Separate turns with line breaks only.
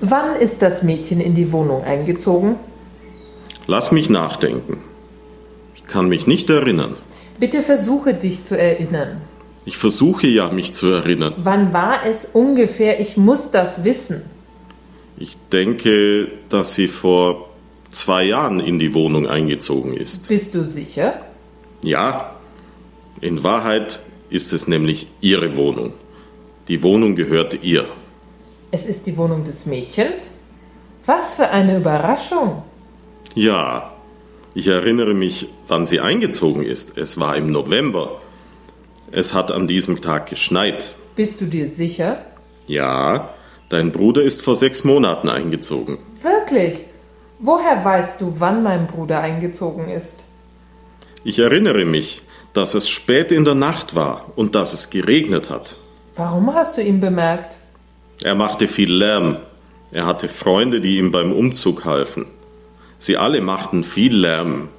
Wann ist das Mädchen in die Wohnung eingezogen?
Lass mich nachdenken. Ich kann mich nicht erinnern.
Bitte versuche dich zu erinnern.
Ich versuche ja, mich zu erinnern.
Wann war es ungefähr? Ich muss das wissen.
Ich denke, dass sie vor zwei Jahren in die Wohnung eingezogen ist.
Bist du sicher?
Ja, in Wahrheit ist es nämlich ihre Wohnung. Die Wohnung gehörte ihr.
Es ist die Wohnung des Mädchens? Was für eine Überraschung.
Ja, ich erinnere mich, wann sie eingezogen ist. Es war im November. Es hat an diesem Tag geschneit.
Bist du dir sicher?
Ja, dein Bruder ist vor sechs Monaten eingezogen.
Wirklich? Woher weißt du, wann mein Bruder eingezogen ist?
Ich erinnere mich, dass es spät in der Nacht war und dass es geregnet hat.
Warum hast du ihn bemerkt?
Er machte viel Lärm. Er hatte Freunde, die ihm beim Umzug halfen. Sie alle machten viel Lärm.